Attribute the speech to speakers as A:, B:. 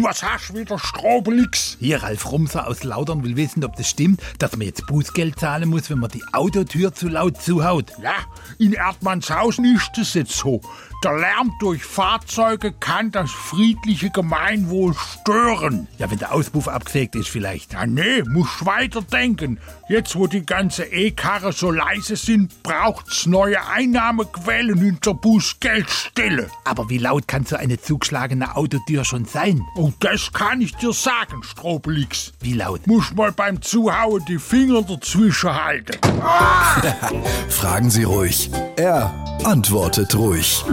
A: Was hast du wieder, Strobelix?
B: Hier, Ralf Rumser aus Laudern will wissen, ob das stimmt, dass man jetzt Bußgeld zahlen muss, wenn man die Autotür zu laut zuhaut.
A: Ja, in Erdmannshausen ist es jetzt so. Der Lärm durch Fahrzeuge kann das friedliche Gemeinwohl stören.
B: Ja, wenn der Auspuff abgesägt ist vielleicht.
A: Ja, nee, muss weiterdenken. Jetzt, wo die ganze E-Karre so leise sind, braucht's neue Einnahmequellen in der Bußgeldstille.
B: Aber wie laut kann so eine zugeschlagene Autotür schon sein?
A: Und das kann ich dir sagen, Strobelix.
B: Wie laut?
A: Muss mal beim Zuhauen die Finger dazwischen halten.
C: Fragen Sie ruhig. Er antwortet ruhig.